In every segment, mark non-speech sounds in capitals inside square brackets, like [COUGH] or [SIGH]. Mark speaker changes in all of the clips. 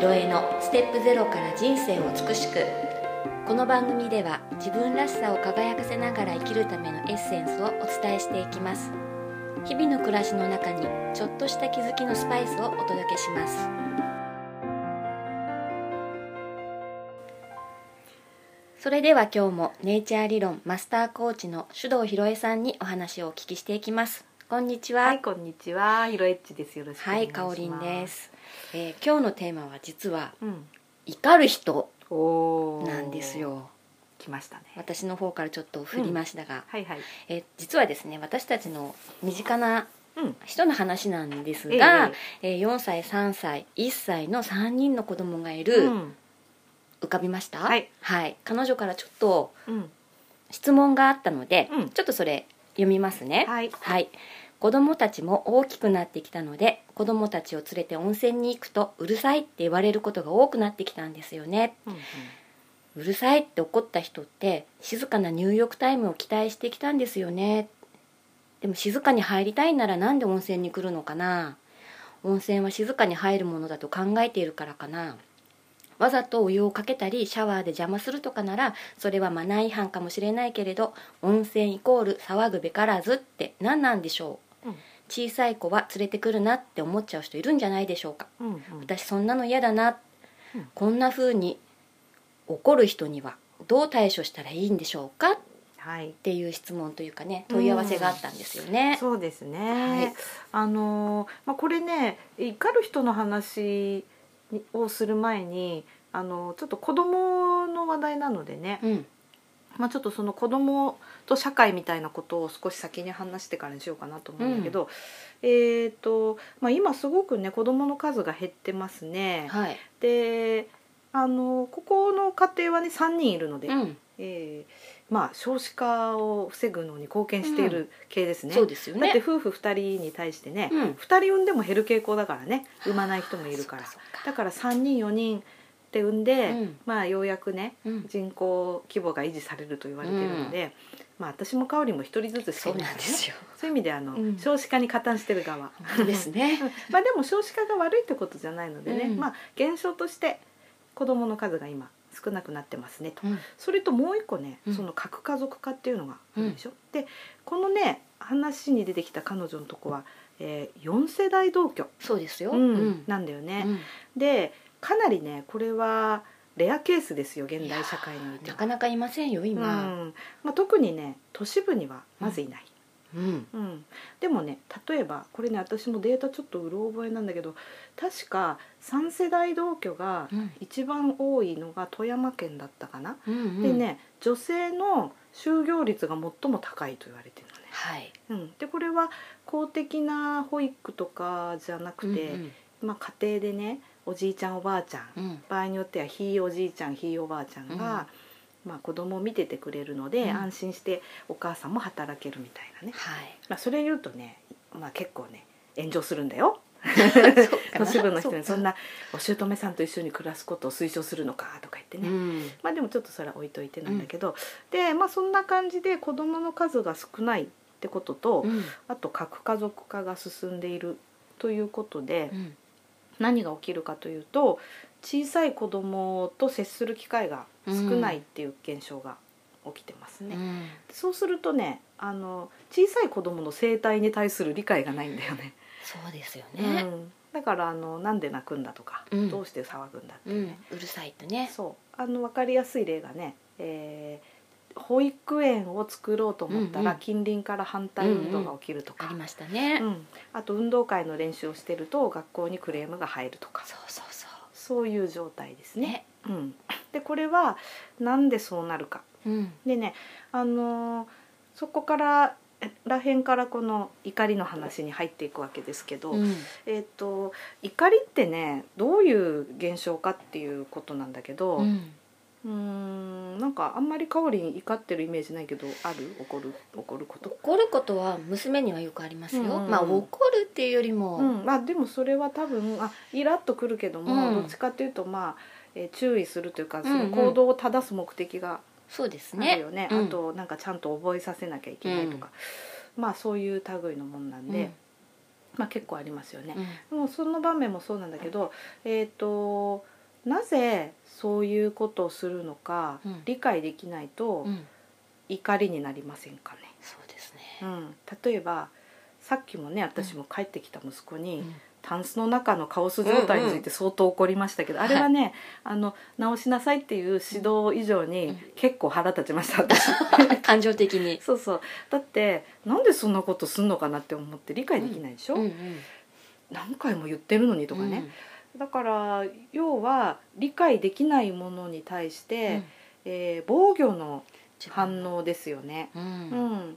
Speaker 1: ろえのステップゼロから人生を美しくこの番組では自分らしさを輝かせながら生きるためのエッセンスをお伝えしていきます日々の暮らしの中にちょっとした気づきのスパイスをお届けしますそれでは今日もネイチャー理論マスターコーチの首藤ひろえさんにお話をお聞きしていきますこんにちは
Speaker 2: はい、こんにちは。ひろえっちです。よろしくお
Speaker 1: は
Speaker 2: 願い
Speaker 1: い、
Speaker 2: します。
Speaker 1: かおりんで。す、えー今日のテーマは実は
Speaker 2: うん。
Speaker 1: 怒る人
Speaker 2: おお。
Speaker 1: なんです。よ
Speaker 2: 来ましたね。
Speaker 1: 私の方からちょっと振りましたが、
Speaker 2: はいはい。
Speaker 1: えー実はですね私たちの身近な
Speaker 2: うん。
Speaker 1: 人の話なんですが、え
Speaker 2: え
Speaker 1: ー4歳3歳1歳の3人の子供がい
Speaker 2: え
Speaker 1: る、
Speaker 2: うん。
Speaker 1: 浮かびました
Speaker 2: はい、
Speaker 1: 彼女からちょっと
Speaker 2: うん。
Speaker 1: 質問があったので、
Speaker 2: うん
Speaker 1: ちょっとそれ読みますね
Speaker 2: はい。
Speaker 1: はい、子供たちも大きくなってきたので子供たちを連れて温泉に行くとうるさいって言われることが多くなってきたんですよね
Speaker 2: うんうん。
Speaker 1: うるさいって怒った人って静かな入浴タイムを期待してきたんですよねでも静かに入りたいならなんで温泉に来るのかな温泉は静かに入るものだと考えているからかなわざとお湯をかけたりシャワーで邪魔するとかならそれはマナー違反かもしれないけれど温泉イコール騒ぐべからずって何なんでしょう、
Speaker 2: うん
Speaker 1: 小さい子は連れてくるなって思っちゃう人いるんじゃないでしょうか
Speaker 2: うんうん。
Speaker 1: 私そんなの嫌だな、
Speaker 2: うん
Speaker 1: こんな風に怒る人にはどう対処したらいいんでしょうかっ
Speaker 2: はい。
Speaker 1: ていう質問というかね問い合わせがあったんですよね。
Speaker 2: そうです
Speaker 1: は
Speaker 2: ね
Speaker 1: い。
Speaker 2: あのー、まあ、これね、怒る人の話にをする前に。あのー、ちょっと子供の話題なのでね。
Speaker 1: うん、
Speaker 2: まあ、ちょっとその子供と社会みたいなことを少し先に話してからにしようかなと思うんだけど、えっ、と、まあ、今すごくね子供の数が減ってますね。
Speaker 1: はい、
Speaker 2: であのここの家庭はね3人いるので、
Speaker 1: うん、
Speaker 2: えーまあ、少子化を防ぐのに貢献している系ですね。
Speaker 1: そうですよ
Speaker 2: だって
Speaker 1: ね。
Speaker 2: 夫婦2人に対してね、
Speaker 1: うん、
Speaker 2: 2人産んでも減る傾向だからね産まない人もいるから
Speaker 1: そっかそ
Speaker 2: だ
Speaker 1: っか
Speaker 2: から3人4人って産んで、
Speaker 1: うん
Speaker 2: まあようやくね
Speaker 1: うん、
Speaker 2: 人口規模が維持されると言われているので、まあ私も香織も一人ずつし
Speaker 1: そ
Speaker 2: かいうない
Speaker 1: なんですよ。
Speaker 2: そういう意味であの、
Speaker 1: うん
Speaker 2: 少子化に加担してる側
Speaker 1: 本当
Speaker 2: [LAUGHS]
Speaker 1: ですね。
Speaker 2: まあでも少子化が悪いってことじゃないのでね、
Speaker 1: うん
Speaker 2: まあ減少として子どもの数が今少なくなってますねと
Speaker 1: うん、
Speaker 2: それともう一個ね、
Speaker 1: うん
Speaker 2: その核家族化っていうのがあるでしょ、でこのね話に出てきた彼女のとこは、えー、4世代同居、
Speaker 1: そうですよ。
Speaker 2: うん
Speaker 1: うん
Speaker 2: なんだよね、
Speaker 1: うん
Speaker 2: でかなりねこれはレアケースですよ現代社会において
Speaker 1: な
Speaker 2: は
Speaker 1: かなかいませんよ今。
Speaker 2: うんまあ、特にね都市部にはまずいない、
Speaker 1: うん、
Speaker 2: うんでもね例えばこれね私もデータちょっとうろ覚えなんだけど確か3世代同居が
Speaker 1: うん、
Speaker 2: 一番多いのが富山県だったかな、
Speaker 1: うん、
Speaker 2: で。ね女性の就業率が最も高いと言われてる
Speaker 1: はい。
Speaker 2: のね、うん、でこれは公的な保育とかじゃなくて、
Speaker 1: うん
Speaker 2: まあ、家庭でねおじいちゃんおばあちゃん
Speaker 1: うん、うん
Speaker 2: 場合によってはひいおじいちゃんひいおばあちゃんが、まあ、子供を見ててくれるので、
Speaker 1: うん
Speaker 2: 安心してお母さんも働けるみたいなね、
Speaker 1: はい。
Speaker 2: まあ、それ言うとね、まあ、結構ね炎上するんだよ
Speaker 1: [LAUGHS] そうか
Speaker 2: [LAUGHS]
Speaker 1: な
Speaker 2: 都市部の人に
Speaker 1: そ
Speaker 2: そ
Speaker 1: うんか
Speaker 2: なお姑さんと一緒に暮らすことを推奨するのかとか言って
Speaker 1: う
Speaker 2: ね、
Speaker 1: ん、
Speaker 2: まあでもちょっとそれは置いといてなんだけど、でまあそんな感じで子供の数が少ないってことと、
Speaker 1: うん、
Speaker 2: あと核家族化が進んでいるということで、
Speaker 1: うん、
Speaker 2: 何が起きるかというと小さい子供と接する機会が少ないっていう現象が起きてますね。
Speaker 1: うん
Speaker 2: そうするとねあの小さい子供の生態に対する理解がないんだよね。
Speaker 1: そうですよね。
Speaker 2: うんだからあのなんで泣くんだとか、
Speaker 1: うん
Speaker 2: どうして騒ぐんだって
Speaker 1: う
Speaker 2: ね、
Speaker 1: ん、うるさいってね。
Speaker 2: そうあの分かりやすい例がね、えー保育園を作ろうと思った
Speaker 1: うんう
Speaker 2: ら
Speaker 1: ん
Speaker 2: 近隣から反対運動が起きると
Speaker 1: あ
Speaker 2: か、
Speaker 1: りましたね。
Speaker 2: うんあと運動会の練習をしてると学校にクレームが入るとか
Speaker 1: そうそうそ
Speaker 2: そういう状態です
Speaker 1: う。
Speaker 2: ね。
Speaker 1: ね。
Speaker 2: うん、でこれはなんでそうなるか
Speaker 1: うん。
Speaker 2: でね、あのーそこからえらへんからこの怒りの話に入っていくわけですけど、
Speaker 1: うん。
Speaker 2: えー、と怒りってねどういう現象かっていうことなんだけど、
Speaker 1: うん
Speaker 2: うーんなんかあんまり香りに怒ってるイメージないけどある怒る怒ること、
Speaker 1: 怒ることは娘にはよくありますよ。
Speaker 2: うん
Speaker 1: まあ怒るっていうよりも、
Speaker 2: うんまあ、でもそれは多分あイラッとくるけども、
Speaker 1: うん
Speaker 2: どっちかっていうとまあ、えー注意するというかそ
Speaker 1: うんう
Speaker 2: の
Speaker 1: ん
Speaker 2: 行動を正す目的が
Speaker 1: そうです
Speaker 2: ある
Speaker 1: ね
Speaker 2: よ。ね、
Speaker 1: うん
Speaker 2: あとなんかちゃんと覚えさせなきゃいけないとか、まあそういう類のもんなんで、まあ、結構ありますよね。
Speaker 1: うん
Speaker 2: でもその場面もそうなんだけど、えー、となぜそういうことをするのか
Speaker 1: うん
Speaker 2: 理解できないと
Speaker 1: うん
Speaker 2: 怒りになりませんかね。
Speaker 1: そうです
Speaker 2: う
Speaker 1: ね、
Speaker 2: ん、例えばさっきもね私も帰ってきた息子に、
Speaker 1: うん
Speaker 2: タンスの中のカオス状態について相当怒りましたけど、
Speaker 1: うんうん
Speaker 2: あれは
Speaker 1: [LAUGHS]
Speaker 2: ね、あの直しなさいっていう指導以上
Speaker 1: うん
Speaker 2: に結構腹立ちました私
Speaker 1: 感情的に、
Speaker 2: そうそうだってなんでそんなことすんのかなって思って理解できないでしょ、
Speaker 1: うんうん、
Speaker 2: 何回も言ってるのにとかね、だから要は理解できないものに対し
Speaker 1: うん、
Speaker 2: て、
Speaker 1: うん
Speaker 2: えー防御の反、応ですよね、
Speaker 1: う
Speaker 2: うんん、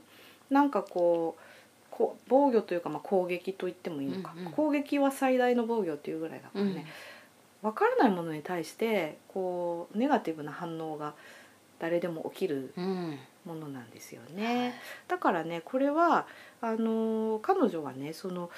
Speaker 2: なんかこうこう防御というか、まあ、攻撃と言ってもいいのか、
Speaker 1: うんうん
Speaker 2: 攻撃は最大の防御っていうぐらいだか
Speaker 1: う
Speaker 2: らね、
Speaker 1: ん
Speaker 2: 分からないものに対してこうネガティブな反応が誰でも起きる
Speaker 1: うん
Speaker 2: ものなんですよね。だからねこれはあの彼女はねその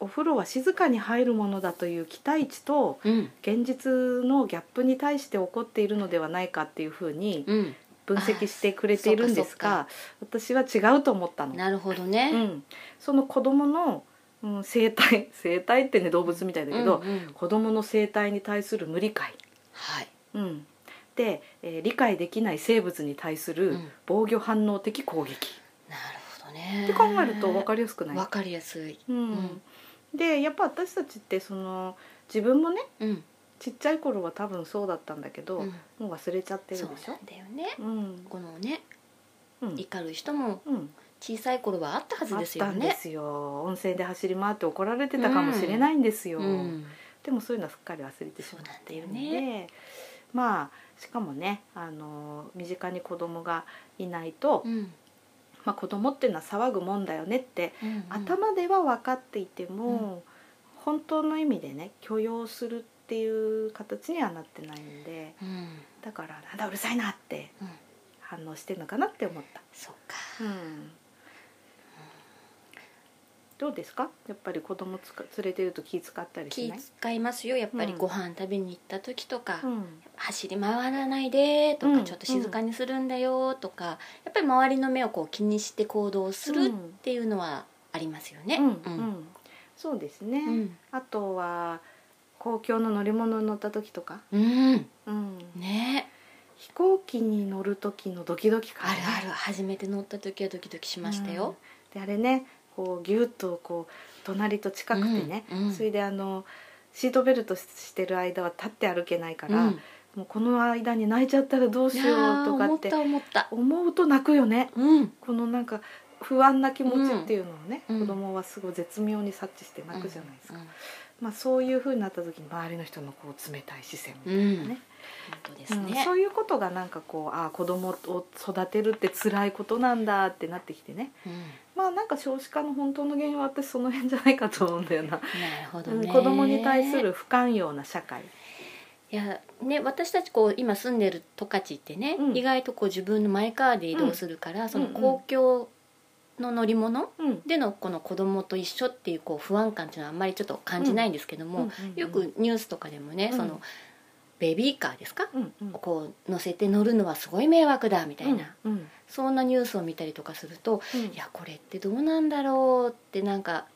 Speaker 2: お風呂は静かに入るものだという期待値と
Speaker 1: うん
Speaker 2: 現実のギャップに対して起こっているのではないかっていうふうに
Speaker 1: うん、
Speaker 2: 分析してくれているんですが私は違うと思ったの。
Speaker 1: なるほど
Speaker 2: う
Speaker 1: ね、
Speaker 2: ん、その子供の、うん、生態生態ってね動物みたいだけど、
Speaker 1: うんうん
Speaker 2: 子供の生態に対する無理解
Speaker 1: はい、
Speaker 2: うん、で、えー理解できない生物に対す
Speaker 1: う
Speaker 2: る
Speaker 1: ん
Speaker 2: 防御反応的攻撃、
Speaker 1: なるほどね
Speaker 2: って考えると分か
Speaker 1: り
Speaker 2: りやすくない、
Speaker 1: わかりやすい、
Speaker 2: うん
Speaker 1: うん
Speaker 2: でやっぱ私たちってその自分もね
Speaker 1: うん
Speaker 2: ちっちゃい頃は多分そうだったんだけど、
Speaker 1: うん、
Speaker 2: もう忘れちゃってる
Speaker 1: そう
Speaker 2: でし
Speaker 1: な
Speaker 2: ょ
Speaker 1: んだよね
Speaker 2: うん
Speaker 1: このね
Speaker 2: うん
Speaker 1: 怒る人も
Speaker 2: うん、
Speaker 1: 小さい頃はあったはず
Speaker 2: あ
Speaker 1: で
Speaker 2: っ
Speaker 1: す
Speaker 2: た
Speaker 1: よ
Speaker 2: んで
Speaker 1: ね
Speaker 2: すよ温泉で走り回って怒られてたかもしれないんですよ、
Speaker 1: うん
Speaker 2: でもそういうのはすっかり忘れてしまっているので
Speaker 1: そうなんだよ
Speaker 2: まあしかもねあの身近に子供がいないと、
Speaker 1: うん
Speaker 2: まあ、子供っていうのは騒ぐもんだよねって、
Speaker 1: うん
Speaker 2: 頭では分かっていても、本当の意味でね許容するっていう形にはなってないんで
Speaker 1: うん
Speaker 2: だからなんだうるさいなって
Speaker 1: うん
Speaker 2: 反応してるのかなって思った、
Speaker 1: そうか
Speaker 2: うん、どうですかやっぱり子供つか連れてると気使ったりし
Speaker 1: 気
Speaker 2: ない
Speaker 1: 使いますよやっぱり
Speaker 2: うん
Speaker 1: ご飯食べに行った時とか、
Speaker 2: うん
Speaker 1: 走り回らないでとか、
Speaker 2: うん
Speaker 1: ちょっと静かにするんだよとかやっぱり周りの目をこう気にして行動するっていうのはありますよね。
Speaker 2: うん
Speaker 1: う
Speaker 2: うん
Speaker 1: ん
Speaker 2: そうですね、
Speaker 1: うん
Speaker 2: あとは公共の乗り物に乗った時とか、
Speaker 1: うん
Speaker 2: うん、
Speaker 1: ね
Speaker 2: 飛行機に乗る時のドキドキ感、
Speaker 1: あるある初めて乗った時はドキドキしましたよ。
Speaker 2: うん、であれねこうギュッとこう隣と近くてね、
Speaker 1: うんうん
Speaker 2: それであのシートベルトしてる間は立って歩けないから、
Speaker 1: うん
Speaker 2: もうこの間に泣いちゃったらどうしようと
Speaker 1: いやー
Speaker 2: か
Speaker 1: 思
Speaker 2: っ
Speaker 1: ってた思った。
Speaker 2: 思うと泣くよね
Speaker 1: うん
Speaker 2: このなんか不安な気持ちっていうのをね、
Speaker 1: うん
Speaker 2: 子供はすごい絶妙に察知して泣くじゃないですか、
Speaker 1: うん
Speaker 2: まあ、そういう風になった時に周りの人のこう冷たい視線みたいなね,
Speaker 1: 本当で
Speaker 2: う
Speaker 1: す
Speaker 2: ん、
Speaker 1: ね。
Speaker 2: そういうことがなんかこうああ子供を育てるって辛いことなんだってなってきてね
Speaker 1: うん
Speaker 2: まあなんか少子化の本当の原因は私その辺じゃないかと思うんだよな、
Speaker 1: なるほど
Speaker 2: うん、
Speaker 1: ね。
Speaker 2: 子供に対する不寛容な社会
Speaker 1: いやね、私たちこう今住んでる十勝ってね、
Speaker 2: うん
Speaker 1: 意外とこう自分のマイカーで移動するから、その
Speaker 2: うんうん
Speaker 1: 公共の乗り物
Speaker 2: うん
Speaker 1: でのこの子供と一緒っていうこう不安感っていうのはあんまりちょっと感じないんですけども、よくニュースとかでもね、
Speaker 2: うん
Speaker 1: そのベビーカーですか、
Speaker 2: うんうん
Speaker 1: こう乗せて乗るのはすごい迷惑だみたいな、
Speaker 2: うんうん
Speaker 1: そんなニュースを見たりとかすると
Speaker 2: うん
Speaker 1: いやこれってどうなんだろうってなんか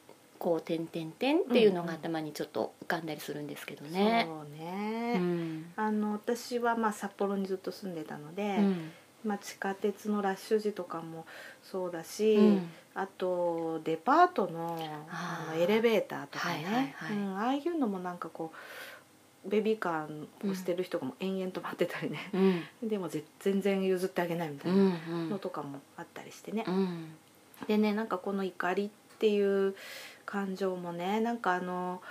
Speaker 1: こう「てんてんてん」っていうのが頭にちょっと浮かんだりするんですけどね。
Speaker 2: そう
Speaker 1: う
Speaker 2: ね、
Speaker 1: ん
Speaker 2: あの私はまあ札幌にずっと住んでたので、
Speaker 1: うん
Speaker 2: まあ、地下鉄のラッシュ時とかもそうだし、
Speaker 1: うん
Speaker 2: あとデパートの
Speaker 1: あー
Speaker 2: あのエレベーターとか
Speaker 1: はいはい
Speaker 2: ね
Speaker 1: はい
Speaker 2: うんああいうのもなんかこうベビーカーをしてる人がもう延々と待ってたりね、
Speaker 1: うん
Speaker 2: でもぜ全然譲ってあげないみた
Speaker 1: う
Speaker 2: い
Speaker 1: ん
Speaker 2: な
Speaker 1: うん
Speaker 2: のとかもあったりしてね
Speaker 1: う、ん
Speaker 2: でねなんかこの怒りっていう感情もねなんかあの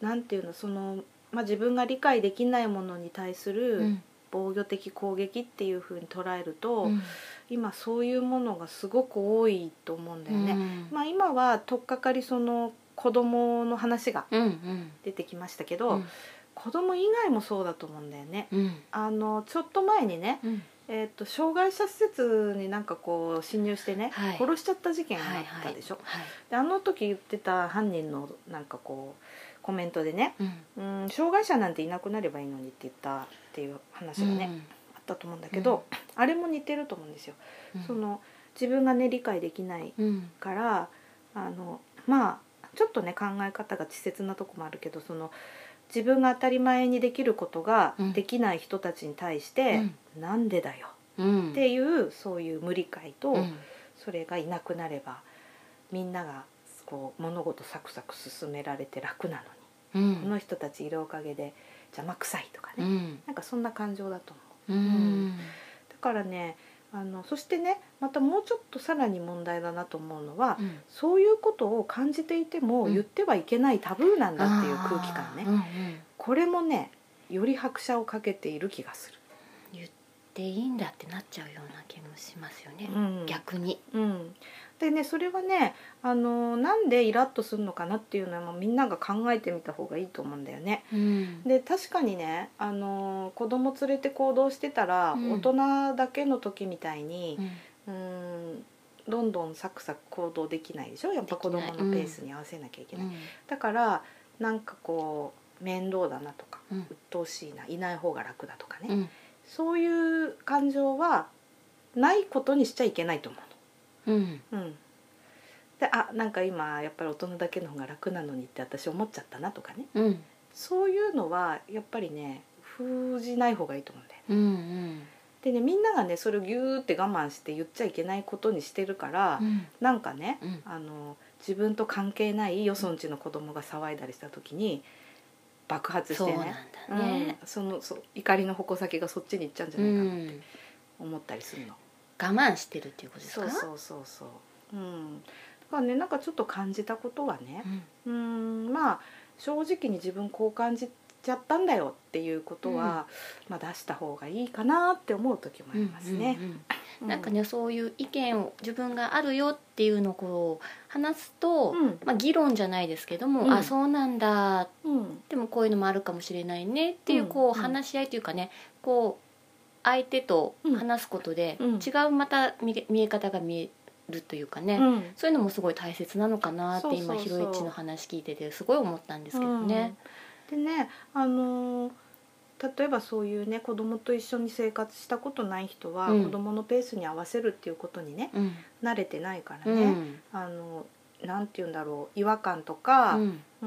Speaker 2: なんていうのその、まあ、自分が理解できないものに対す
Speaker 1: う
Speaker 2: る
Speaker 1: ん
Speaker 2: 防御的攻撃っていう風に捉えると、
Speaker 1: うん
Speaker 2: 今そういうものがすごく多いと思うんだよね。まあ、今は取っかかりその子供の話が
Speaker 1: うんうん
Speaker 2: 出てきましたけ
Speaker 1: う
Speaker 2: ど、
Speaker 1: ん
Speaker 2: 子供以外もそうだと思うんだよね。
Speaker 1: うん
Speaker 2: あのちょっと前にね
Speaker 1: うん
Speaker 2: えー、と障害者施設になんかこう侵入してね、
Speaker 1: はい
Speaker 2: 殺しちゃった事件が
Speaker 1: は
Speaker 2: あ
Speaker 1: い
Speaker 2: っ
Speaker 1: は
Speaker 2: た
Speaker 1: い
Speaker 2: でしょ、
Speaker 1: はい
Speaker 2: であの時言ってた犯人のなんかこうコメントでね
Speaker 1: うん
Speaker 2: 「うん障害者なんていなくなればいいのに」って言ったっていう話がね、あったと思うんだけど、あれも似てると思うんですよ。
Speaker 1: うん
Speaker 2: その自分がね理解できない
Speaker 1: うん
Speaker 2: からあのまあちょっとね考え方が稚拙なとこもあるけどその自分が当たり前にできることが
Speaker 1: うん
Speaker 2: できない人たちに対して「なんでだよ」
Speaker 1: うん
Speaker 2: っていうそういう無理解と、
Speaker 1: うん
Speaker 2: それがいなくなればみんながこう物事サクサク進められて楽なのに、
Speaker 1: う
Speaker 2: この
Speaker 1: ん
Speaker 2: 人たちいるおかげで邪魔くさいとか
Speaker 1: う
Speaker 2: ね、
Speaker 1: ん
Speaker 2: なんかそんな感情だと思う。
Speaker 1: うん
Speaker 2: だからねあのそしてねまたもうちょっとさらに問題だなと思うのは、
Speaker 1: うん
Speaker 2: そういうことを感じていても
Speaker 1: うん
Speaker 2: 言ってはいけないタブーなんだっていう空気感ね、
Speaker 1: あーうんうん
Speaker 2: これもねより拍車をかけている気がする。
Speaker 1: でいいんだってなっちゃうような気もしますよね、
Speaker 2: うん
Speaker 1: 逆に
Speaker 2: うん、でねそれはねあのなんでイラッとするのかなっていうのはもうみんなが考えてみた方がいいと思うんだよね。
Speaker 1: うん
Speaker 2: で確かにねあの子供連れて行動してたら、
Speaker 1: うん
Speaker 2: 大人だけの時みたいに
Speaker 1: うん
Speaker 2: うーんどんどんサクサク行動できないでしょやっぱ子供の
Speaker 1: でき
Speaker 2: ペ
Speaker 1: ないうん
Speaker 2: ースに合わせなきゃいけない、だからなんかこう面倒だなとか
Speaker 1: うん
Speaker 2: 鬱陶しいないない方が楽だとかね、
Speaker 1: うん
Speaker 2: そういう感情はないことにしちゃいけないと思
Speaker 1: うん
Speaker 2: うの。うんであなんか今やっぱり大人だけの方が楽なのにって私思っちゃったなとかね
Speaker 1: うん
Speaker 2: そういうのはやっぱりね封じない方がいいと思うんだよ
Speaker 1: う
Speaker 2: ね。
Speaker 1: んうん
Speaker 2: でねみんながねそれをギューって我慢して言っちゃいけないことにしてるから、
Speaker 1: うん
Speaker 2: なんかね
Speaker 1: うん
Speaker 2: あの自分と関係ないよそんちの子供が騒いだりした時に爆発し
Speaker 1: そう
Speaker 2: て
Speaker 1: なん
Speaker 2: ね
Speaker 1: だね、
Speaker 2: うん、そのそう怒りの矛先がそっちに行っちゃうんじゃ
Speaker 1: う
Speaker 2: ないかなんって思ったりするの、
Speaker 1: 我慢してるっていうことです
Speaker 2: そ
Speaker 1: か
Speaker 2: うそうそうそう、うん、だからねなんかちょっと感じたことはね
Speaker 1: うん
Speaker 2: うんまあ正直に自分こう感じちゃったんだよっていうことは、まあ、出した方がいいかなって思う時もありますね。
Speaker 1: うんうんうんなんかねそういう意見を自分があるよっていうのをこう話すと、
Speaker 2: うん
Speaker 1: まあ、議論じゃないですけども、
Speaker 2: うん
Speaker 1: あそうなんだ
Speaker 2: うん
Speaker 1: でもこういうのもあるかもしれないねっていう
Speaker 2: うん
Speaker 1: こう
Speaker 2: うん
Speaker 1: 話し合いというかねこう相手と話すことで
Speaker 2: うん
Speaker 1: 違うまた見れ見え方が見えるというかね、
Speaker 2: うん
Speaker 1: そういうのもすごい大切なのかなって今
Speaker 2: そう
Speaker 1: ひ
Speaker 2: そうそう
Speaker 1: ろいちの話聞いててすごい思ったんですけどね。
Speaker 2: うん、でね、あのー例えばそういうね子供と一緒に生活したことない人は、
Speaker 1: うん
Speaker 2: 子供のペースに合わせるっていうことにね
Speaker 1: うん
Speaker 2: 慣れてないから
Speaker 1: う
Speaker 2: ね、
Speaker 1: ん
Speaker 2: あのなんて言うんだろう違和感とか、
Speaker 1: う
Speaker 2: うんー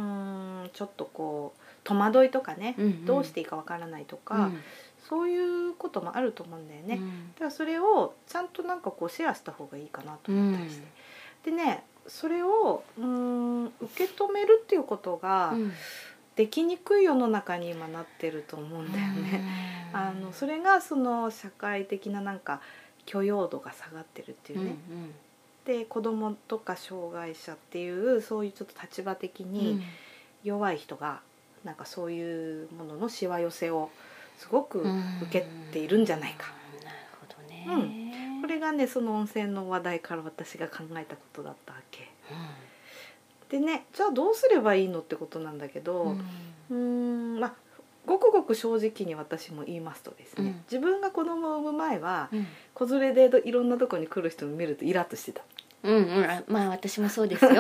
Speaker 2: んちょっとこう戸惑いとかね、
Speaker 1: うん
Speaker 2: どうしていいかわからないとか、そういうこともあると思うんだよね。
Speaker 1: うん
Speaker 2: だからそれをちゃんとなんかこうシェアした方がいいかなと思ったりして、でねそれをうーん受け止めるっていうことが、
Speaker 1: うん
Speaker 2: できにくい世の中に今なってると思うんだよね。
Speaker 1: うん
Speaker 2: あのそれがその社会的ななんか許容度が下がってるっていううんね、で子供とか障害者っていうそういうちょっと立場的
Speaker 1: うん
Speaker 2: に弱い人がなんかそういうもののしわ寄せをすごく受けているんじゃないか、
Speaker 1: うんなるほどね。
Speaker 2: これがねその温泉の話題から私が考えたことだったわけでねじゃあどうすればいいのってことなんだけど、
Speaker 1: うん
Speaker 2: うーんまあごくごく正直に私も言いますとですね、
Speaker 1: うん
Speaker 2: 自分が子供を産む前は
Speaker 1: うん
Speaker 2: 子連れでいろんなとこに来る人を見るとイラッとして
Speaker 1: [LAUGHS]
Speaker 2: た
Speaker 1: うんうんあまあ私もそうですよ。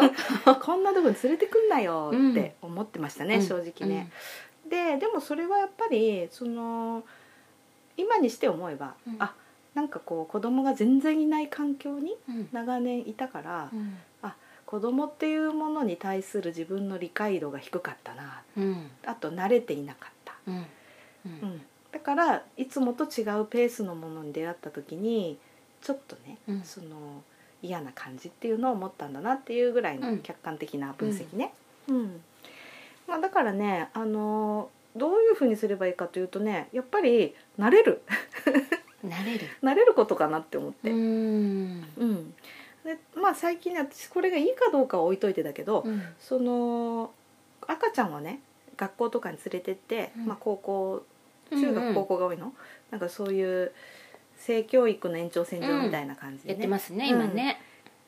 Speaker 2: こんなとこに連れてくんなよって思ってましたね、
Speaker 1: うん
Speaker 2: 正直ね、ででもそれはやっぱりその今にして思えば、
Speaker 1: うん
Speaker 2: あなんかこう子供が全然いない環境に
Speaker 1: うん
Speaker 2: 長年いたから、
Speaker 1: うん
Speaker 2: 子供っていうものに対する自分の理解度が低かったな
Speaker 1: うん
Speaker 2: あと慣れていなかった
Speaker 1: うんう
Speaker 2: うんん、だからいつもと違うペースのものに出会った時にちょっとね、
Speaker 1: うん
Speaker 2: その嫌な感じっていうのを思ったんだなっていうぐらいうの
Speaker 1: ん
Speaker 2: 客観的な分析ね。うんまあ、だからねあのどういうふうにすればいいかというとねやっぱり慣れる [LAUGHS]
Speaker 1: 慣れる。
Speaker 2: 慣れることかなって思って、
Speaker 1: うん
Speaker 2: うんでまあ、最近ね私これがいいかどうかは置いといてだけど、
Speaker 1: うん
Speaker 2: その赤ちゃんをね学校とかに連れてって、
Speaker 1: うん
Speaker 2: まあ、高校中学高校が多いの、なんかそういう性教育の延長線上みたいな感じで、
Speaker 1: やっ
Speaker 2: ね
Speaker 1: てますね
Speaker 2: うん
Speaker 1: 今ね。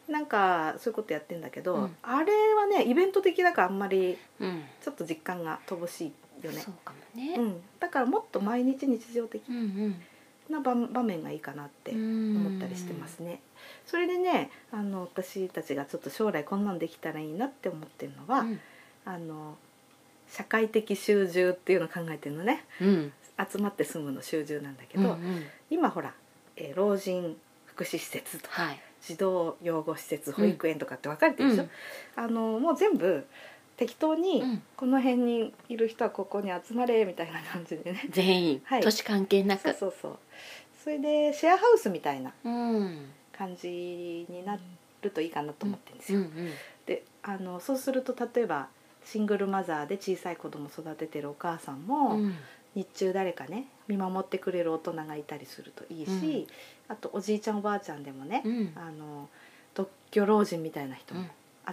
Speaker 2: なんかそういうことやってんだけど、
Speaker 1: うん
Speaker 2: あれはねイベント的だからあんまり
Speaker 1: うん
Speaker 2: ちょっと実感が乏しいよね
Speaker 1: そうかも
Speaker 2: う
Speaker 1: ね。
Speaker 2: ん、だからもっと毎日日常的
Speaker 1: うん
Speaker 2: な場場面がいいかなって
Speaker 1: うん
Speaker 2: 思ったりしてますね、それでねあの私たちがちょっと将来こんなんできたらいいなって思ってるのは、
Speaker 1: うん
Speaker 2: あの社会的集中っていうのを考えてるのね
Speaker 1: うん
Speaker 2: 集まって住むの集中なんだけ
Speaker 1: う
Speaker 2: ど、
Speaker 1: んうん
Speaker 2: 今ほら、えー老人福祉施設とか
Speaker 1: はい。
Speaker 2: 児童養護施設保育園とかって分かれてるでしょ、
Speaker 1: うん
Speaker 2: あのもう全部適当に、
Speaker 1: うん
Speaker 2: この辺にいる人はここに集まれみたいな感じでね
Speaker 1: 全員、
Speaker 2: はい
Speaker 1: 年関係な
Speaker 2: そう
Speaker 1: く
Speaker 2: そうそうそれでシェアハウスみたいな
Speaker 1: うんうん
Speaker 2: 感じになるといいかなと思ってるんです
Speaker 1: う
Speaker 2: よ、
Speaker 1: ん
Speaker 2: であのそうすると例えばシングルマザーで小さい子供育ててるお母さんも、
Speaker 1: うん
Speaker 2: 日中誰かね見守ってくれる大人がいたりするといいし、
Speaker 1: うん
Speaker 2: あとおじいちゃんおばあちゃんでもね、
Speaker 1: うん
Speaker 2: あの独居老人みたいな人
Speaker 1: う
Speaker 2: も
Speaker 1: ん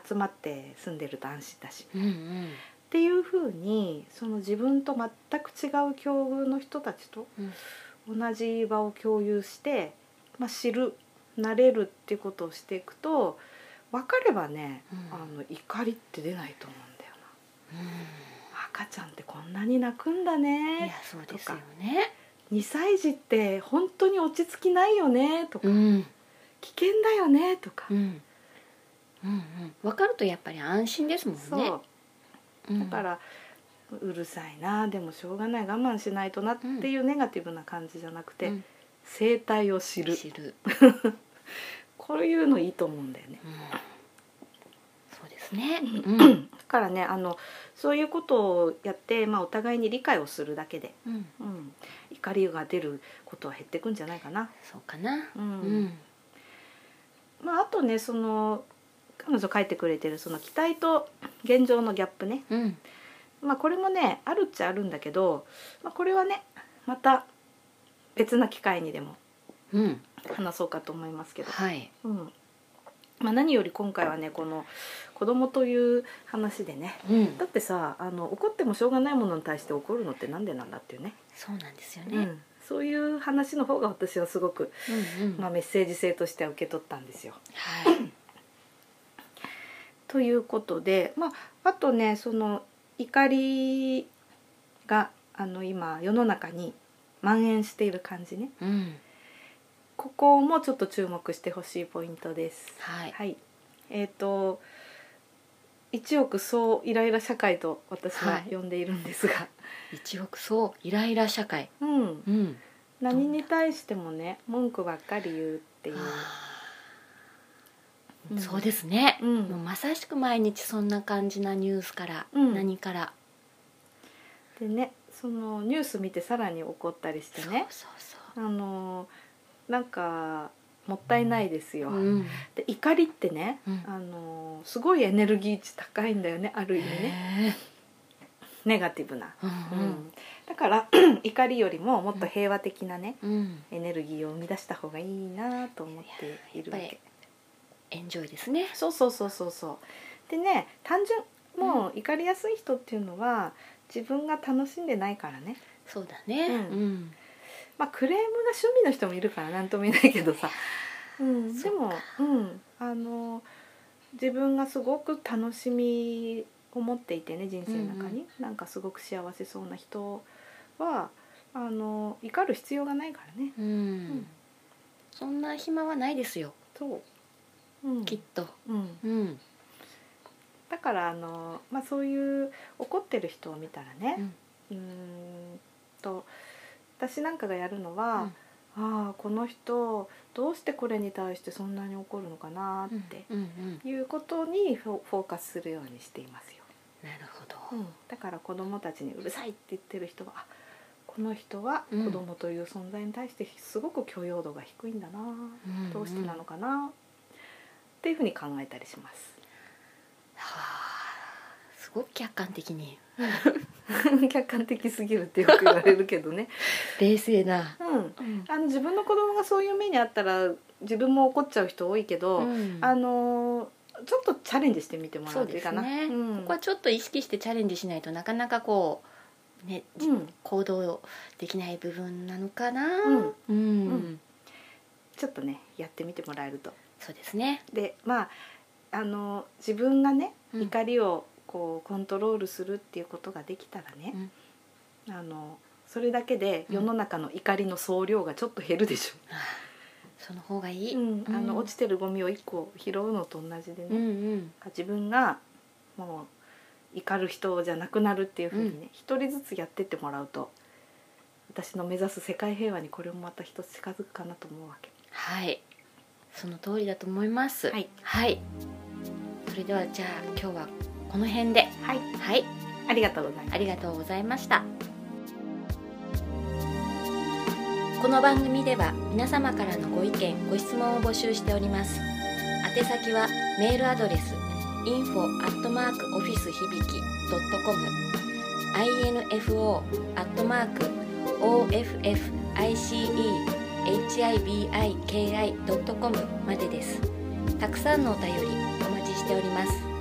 Speaker 2: 集まって住んでると安心だし、っ
Speaker 1: うん
Speaker 2: ていうふうにその自分と全く違う境遇の人たちと
Speaker 1: うん
Speaker 2: 同じ場を共有して、まあ、知る慣れるっていうことをしていくと分かればね、
Speaker 1: うん
Speaker 2: あの怒りって出ないと思うんだよな赤ちゃんってこんなに泣くんだ
Speaker 1: うんい
Speaker 2: ね
Speaker 1: やそうですよね
Speaker 2: 2歳児って本当に落ち着きないよねとか、
Speaker 1: うん
Speaker 2: 危険だよねとか、
Speaker 1: うんうんうん分かるとやっぱり安心ですもんね
Speaker 2: そう
Speaker 1: うん
Speaker 2: だから、うるさいなでもしょうがない我慢しないとなっていうネガティブな感じじゃなくて、
Speaker 1: うん
Speaker 2: 生態を知る
Speaker 1: 知る、
Speaker 2: こういうのいいと思うんだよね。
Speaker 1: うん、そうですねうん
Speaker 2: だからねあのそういうことをやって、まあ、お互いに理解をするだけで、
Speaker 1: うん
Speaker 2: うん、怒りが出ることは減ってくんじゃないかな。
Speaker 1: そうかな
Speaker 2: うん
Speaker 1: うん
Speaker 2: まあ、あとねその彼女書いてくれてるその期待と現状のギャップね
Speaker 1: うん
Speaker 2: まあこれもねあるっちゃあるんだけど、まあ、これはねまた別な機会にでも
Speaker 1: うん
Speaker 2: 話そうかと思いますけど、
Speaker 1: はい
Speaker 2: うんまあ、何より今回はねこの子供という話でね
Speaker 1: うん
Speaker 2: だってさあの怒ってもしょうがないものに対して怒るのってなんでなんだっていうね
Speaker 1: そうなんですよ
Speaker 2: う
Speaker 1: ね
Speaker 2: ん、そういう話の方が私はすごく、
Speaker 1: うんうん
Speaker 2: まあ、メッセージ性としては受け取ったんですよ。
Speaker 1: はい
Speaker 2: ということで、まあ、あとねその怒りがあの今世の中に蔓延している感じね
Speaker 1: うん
Speaker 2: ここもちょっと注目してほしいポイントです。
Speaker 1: はい
Speaker 2: はい、えっ、と一億総イライラ社会と私は
Speaker 1: はい
Speaker 2: 呼んでいるんですが、
Speaker 1: 一億総イライラ社会
Speaker 2: うん、
Speaker 1: うん
Speaker 2: 何に対してもね文句ばっかり言うっていう、
Speaker 1: うんそうですね、
Speaker 2: うん
Speaker 1: もうまさしく毎日そんな感じなニュースから、
Speaker 2: うん
Speaker 1: 何から
Speaker 2: でねそのニュース見てさらに怒ったりしてね
Speaker 1: そうそう
Speaker 2: あのなんかもったいないですよ、
Speaker 1: そう、うん
Speaker 2: で怒りってね、
Speaker 1: うん
Speaker 2: あのすごいエネルギー値高いんだよねある意味ね
Speaker 1: ね
Speaker 2: ネガティブな、
Speaker 1: う
Speaker 2: うん
Speaker 1: ん
Speaker 2: だから [CLEARS THROAT] 怒りよりももっと平和的なね、
Speaker 1: うん、うん、
Speaker 2: エネルギーを生み出した方がいいなと思っているわ
Speaker 1: やっぱ
Speaker 2: け
Speaker 1: エンジョイですね
Speaker 2: そうそうそうそうそうでね単純もう怒りやすい人っていうのは、自分が楽しんでないからね
Speaker 1: そうだね
Speaker 2: うん
Speaker 1: うん、
Speaker 2: まあクレームが趣味の人もいるから何とも言えないけどさ、うん、
Speaker 1: そ
Speaker 2: で
Speaker 1: っ
Speaker 2: もうんあの自分がすごく楽しみを持っていてね人生の中に、なんかすごく幸せそうな人はあの怒る必要がないからね
Speaker 1: うんそんな暇はないですよ、
Speaker 2: そう、うん
Speaker 1: きっと
Speaker 2: うん、
Speaker 1: うん
Speaker 2: だからあの、まあ、そういう怒ってる人を見たらねうーんと私なんかがやるのは、ああこの人どうしてこれに対してそんなに怒るのかな
Speaker 1: うん
Speaker 2: って
Speaker 1: うんうん
Speaker 2: いうことにフォフォーカスするようにしていますよ、
Speaker 1: なるほど、
Speaker 2: だから子供たちに「うるさい!」って言ってる人はあこの人は
Speaker 1: うん
Speaker 2: 子供という存在に対してすごく許容度が低いんだな、
Speaker 1: んん
Speaker 2: どうしてなのかなっていうふうに考えたりします。 [LAUGHS]
Speaker 1: はあすごく客観的に
Speaker 2: 客観的すぎるってよく言われるけどね、
Speaker 1: 冷静な、
Speaker 2: うん、
Speaker 1: うん
Speaker 2: あの自分の子供がそういう目にあったら自分も怒っちゃう人多いけど、あのーちょっとチャレンジしてみてもら
Speaker 1: そう
Speaker 2: うとい
Speaker 1: で
Speaker 2: いか
Speaker 1: す
Speaker 2: な。
Speaker 1: ね、
Speaker 2: うん
Speaker 1: ここはちょっと意識してチャレンジしないとなかなかこうね、じ
Speaker 2: うん
Speaker 1: 行動できない部分なのかな
Speaker 2: うん
Speaker 1: うん、
Speaker 2: うんちょっとねやってみてもらえると。
Speaker 1: そうですね
Speaker 2: でまああの自分がね
Speaker 1: うん
Speaker 2: 怒りをこうコントロールするっていうことができたらね、あのそれだけで世の中の怒りの総量がちょっと減るでし
Speaker 1: はあその方がいい、
Speaker 2: ょ。うんあの落ちてるゴミを一個拾うのと同じでね、
Speaker 1: うんうん
Speaker 2: 自分がもう怒る人じゃなくなるっていうふうにね一、人ずつやってってもらうと私の目指す世界平和にこれもまた一つ近づくかなと思うわけ。
Speaker 1: はいその通りだと思います
Speaker 2: はい、
Speaker 1: はい、それではじゃあ今日はこの辺で
Speaker 2: はい、
Speaker 1: はい
Speaker 2: ありがとうございます
Speaker 1: ありがとうございましたこの番組では皆様からのご意見ご質問を募集しております宛先はメールアドレス info office 響き .com info officehibiki.com までですたくさんのお便りお待ちしております